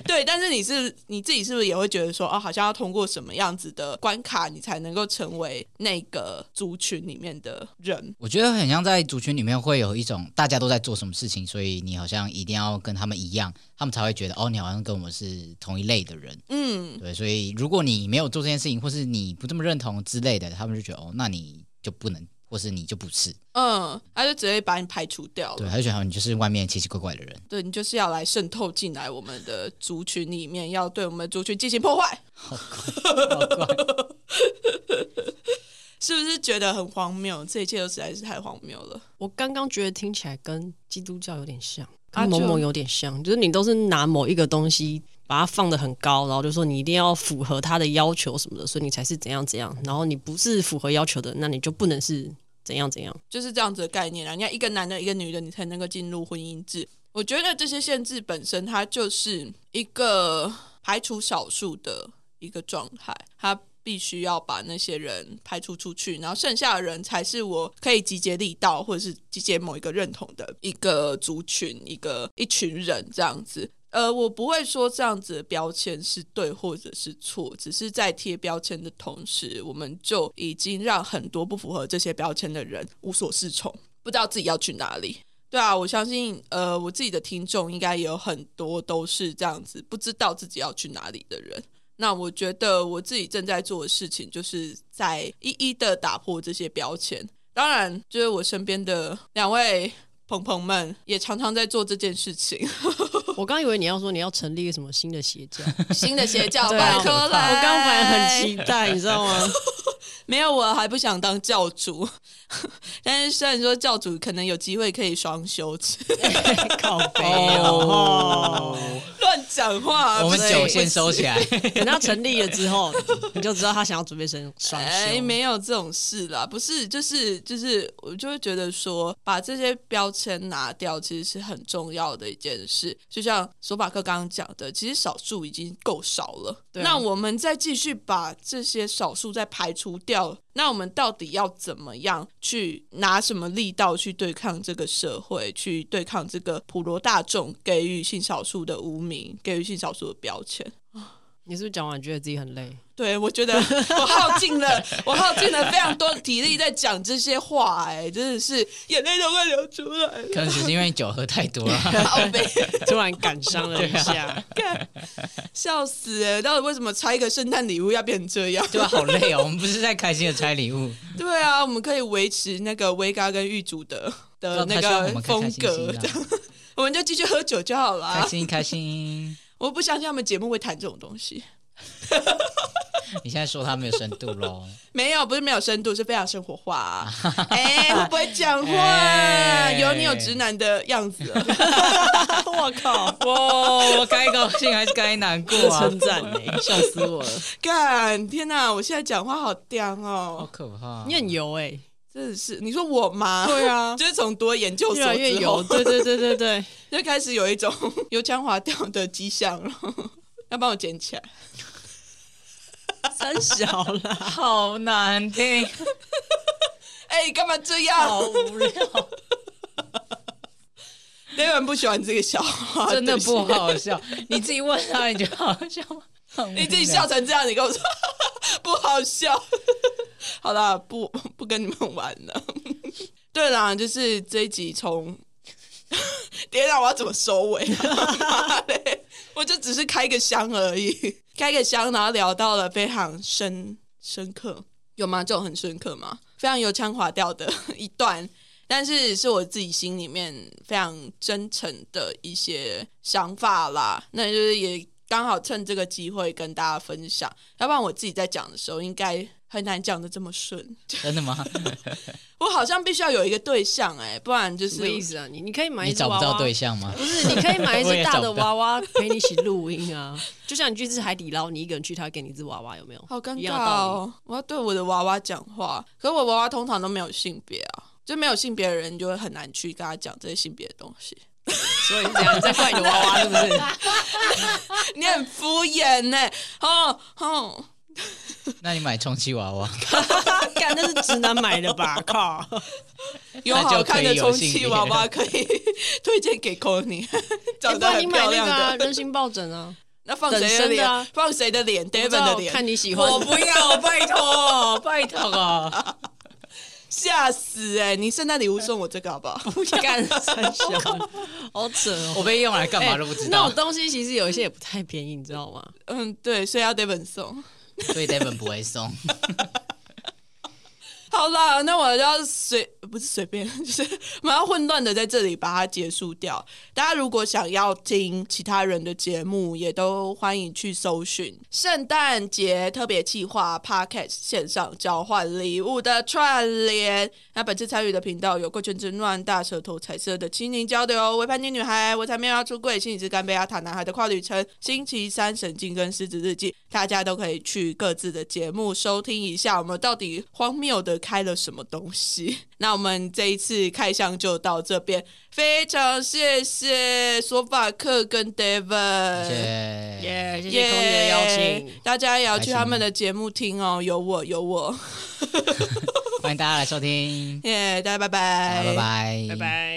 Speaker 1: 对，但是你是你自己是不是也会觉得说，哦，好像要通过什么样子的关卡，你才能够成为那个族群里面的人？
Speaker 2: 我觉得很像在族群里面会有一种大家都在做什么事情，所以你好像一定要跟他们一样，他们才会觉得哦，你好像跟我们是同一类的人。
Speaker 1: 嗯，
Speaker 2: 对，所以如果你没有做这件事情，或是你不这么认同之类的，他们就觉得哦，那你就不能，或是你就不是。
Speaker 1: 嗯，他就直接把你排除掉
Speaker 2: 对，
Speaker 1: 了。
Speaker 2: 他就觉得哦你就是外面奇奇怪怪的人，
Speaker 1: 对你就是要来渗透进来我们的族群里面，要对我们的族群进行破坏，
Speaker 2: 好怪。
Speaker 1: 是不是觉得很荒谬？这一切都实在是太荒谬了。
Speaker 3: 我刚刚觉得听起来跟基督教有点像，
Speaker 1: 啊
Speaker 3: 跟某
Speaker 1: 就
Speaker 3: 某有点像，就是你都是拿某一个东西把它放得很高，然后就说你一定要符合他的要求什么的，所以你才是怎样怎样。然后你不是符合要求的，那你就不能是怎样怎样。
Speaker 1: 就是这样子的概念啊。你要一个男的，一个女的，你才能够进入婚姻制。我觉得这些限制本身，它就是一个排除少数的一个状态，它必须要把那些人排除出去，然后剩下的人才是我可以集结力道，或者是集结某一个认同的一个族群、一个一群人这样子。呃，我不会说这样子的标签是对或者是错，只是在贴标签的同时，我们就已经让很多不符合这些标签的人无所适从，不知道自己要去哪里。对啊，我相信，呃，我自己的听众应该也有很多都是这样子，不知道自己要去哪里的人。那我觉得我自己正在做的事情，就是在一一的打破这些标签。当然，就是我身边的两位鹏鹏们也常常在做这件事情。
Speaker 3: 我刚以为你要说你要成立一个什么新的邪 教，
Speaker 1: 新的邪教，
Speaker 3: 对啊
Speaker 1: 拜托
Speaker 3: 我
Speaker 1: 来！
Speaker 3: 刚本来很期待，你知道吗？
Speaker 1: 没有，我还不想当教主。 但是虽然说教主可能有机会可以双休，
Speaker 3: 靠背
Speaker 2: 哦
Speaker 3: 哦。
Speaker 1: 乱讲话。啊
Speaker 2: 我们
Speaker 1: 不
Speaker 3: 所以
Speaker 1: 行
Speaker 2: 酒先收起来。
Speaker 3: 等他成立了之后，你就知道他想要准备成双
Speaker 1: 哎，
Speaker 3: 休。
Speaker 1: 没有这种事啦，不是，就是就是，我就会觉得说，把这些标签拿掉，其实是很重要的一件事。就像索法克刚刚讲的，其实少数已经够少了，
Speaker 3: 对啊
Speaker 1: 那我们再继续把这些少数再排除掉，那我们到底要怎么样去拿什么力道去对抗这个社会，去对抗这个普罗大众给予性少数的污名，给予性少数的标签？
Speaker 3: 你是不是讲完觉得自己很 累？
Speaker 1: 对，我觉得我耗尽了，我耗尽了非常多体力在讲这些话、哎，真的是眼泪都快流出来了。
Speaker 2: 可能只是因为酒喝太多了。
Speaker 1: 好悲，
Speaker 3: 突然感伤了一下，
Speaker 1: 笑死哎、到底为什么拆一个圣诞礼物要变成这样？
Speaker 2: 对吧？好累哦，我们不是在开心的拆礼 物，
Speaker 1: 对啊，我们可以维持那个维嘎跟玉竹的的那
Speaker 2: 他希望我
Speaker 1: 个
Speaker 2: 们可以
Speaker 1: 风
Speaker 2: 开心
Speaker 1: 格
Speaker 2: 心，
Speaker 1: 这样
Speaker 2: 啦，
Speaker 1: 我们就继续喝酒就好
Speaker 2: 开
Speaker 1: 啦。
Speaker 2: 心开心。
Speaker 1: 我不相信他们节目会谈这种东西，
Speaker 2: 你现在说他没有深度喽？
Speaker 1: 没有，不是没有深度，是非常生活化、 啊。哎、会不会讲话？
Speaker 2: 哎
Speaker 1: 有你有直男的样子哦 了。
Speaker 3: 我靠，
Speaker 2: 哇，我该高兴还是该难
Speaker 3: 这
Speaker 2: 过啊？
Speaker 3: 称赞哎， 笑死我了！
Speaker 1: 干，天哪！我现在讲话好嗲
Speaker 2: 好
Speaker 1: 哦，
Speaker 2: 可怕！
Speaker 3: 你很油哎，
Speaker 1: 真的是。你说我吗？对啊， 就是从读了研究
Speaker 3: 越
Speaker 1: 所
Speaker 3: 来越
Speaker 1: 之
Speaker 3: 油，
Speaker 1: 后，
Speaker 3: 对对对对对，
Speaker 1: 就开始有一种 油腔滑调的迹象了。 要帮我捡起来，
Speaker 3: 三小啦，
Speaker 2: 好难 听，
Speaker 1: 哎、干嘛这
Speaker 3: 好
Speaker 1: 样？
Speaker 3: 无聊，
Speaker 1: 雷文不喜欢这个笑
Speaker 3: 啊
Speaker 1: 话，
Speaker 2: 真的
Speaker 1: 对
Speaker 2: 不
Speaker 1: 不起。
Speaker 2: 好笑。你自己问他，你觉得好笑吗？很无聊
Speaker 1: 你自己笑成这样，你跟我说 不好笑。 好啦，不 不跟你们玩了。 对啦，就是这一集从， 天哪，我要怎么收尾、啊？ 妈嘞我就只是开个箱而已，开个箱，然后聊到了非常深深刻，有吗？这种很深刻吗？非常油腔滑调的一段，但是是我自己心里面非常真诚的一些想法啦。那就是也刚好趁这个机会跟大家分享，要不然我自己在讲的时候应该很难讲的这么顺。
Speaker 2: 真的 吗？
Speaker 1: 我好像必须要有一个对象哎、不然就
Speaker 3: 什
Speaker 1: 是
Speaker 3: 么意思啊？你你可以买一
Speaker 2: 你
Speaker 3: 只
Speaker 2: 找
Speaker 3: 娃
Speaker 2: 不到
Speaker 3: 娃
Speaker 2: 对，象吗？
Speaker 3: 不是？你可以买 一
Speaker 2: 我
Speaker 3: 只
Speaker 2: 也
Speaker 3: 大
Speaker 2: 找
Speaker 3: 的
Speaker 2: 不到
Speaker 3: 娃娃陪你一起录音啊，就像你去吃海底捞，你一个人去，他给你一只娃娃，有没有？
Speaker 1: 好尴
Speaker 3: 一
Speaker 1: 尬
Speaker 3: 样的道理。
Speaker 1: 哦！我要对我的娃娃讲话，可我娃娃通常都没有性别啊，就没有性别的人，你就会很难去跟他讲这些性别的东西。
Speaker 3: 所以是这样，你在怪你的娃娃是不是？
Speaker 1: 你很敷衍呢、哦哦，
Speaker 2: 那你买充气娃 娃，
Speaker 3: 干，那是直男买的 吧？靠！
Speaker 1: 有
Speaker 2: 那就
Speaker 1: 好看
Speaker 2: 可
Speaker 1: 的
Speaker 2: 以有
Speaker 1: 充
Speaker 2: 性
Speaker 1: 气
Speaker 2: 别
Speaker 1: 娃娃可以 推荐给 c o n y
Speaker 3: 要
Speaker 1: 长得
Speaker 3: 你
Speaker 1: 很
Speaker 3: 买
Speaker 1: 漂
Speaker 3: 那
Speaker 1: 亮
Speaker 3: 个、啊、
Speaker 1: 的。
Speaker 3: 人形抱枕啊，
Speaker 1: 那放谁的
Speaker 3: 等身
Speaker 1: 脸？
Speaker 3: 的啊
Speaker 1: 放谁的脸
Speaker 3: 我
Speaker 1: ？David
Speaker 3: 不知道
Speaker 1: 的脸，
Speaker 3: 看你喜欢。
Speaker 2: 我不要，拜托，拜托啊！
Speaker 1: 吓死哎、你圣诞礼物送我这个好不好？
Speaker 3: 不干三小，好扯哦！哎
Speaker 2: 我被用来干嘛都不知
Speaker 3: 那
Speaker 2: 道
Speaker 3: 种，东西其实有一些也不太便宜，你知道吗？
Speaker 1: 嗯，对，所以要 David 送。
Speaker 2: 所以 Devon 不会送。
Speaker 1: 好啦，那我要随 不是随便，就是我们要混乱的在这里把它结束掉。大家如果想要听其他人的节目，也都欢迎去搜寻“圣诞节特别企划 ”Podcast 线上交换礼物的串联。那本次参与的频道有过圈之乱、大舌头、彩色的青柠交流、微叛逆女孩、我才没有要出柜、心理之干杯、阿塔男孩的跨旅程、星期三神经跟狮子日记，大家都可以去各自的节目收听一下，我们到底荒谬的开了什么东西。那我们这一次开箱就到这边，非常谢谢索法克跟 David。
Speaker 2: 耶，
Speaker 3: 耶、谢
Speaker 1: 耶
Speaker 3: 谢空姐的邀请，
Speaker 1: 大家也要去他们的节目听哦，有我有我，
Speaker 2: 欢迎大家来收听，
Speaker 1: 耶、大家拜
Speaker 2: 好
Speaker 1: 拜，
Speaker 2: 拜拜，
Speaker 3: 拜。拜。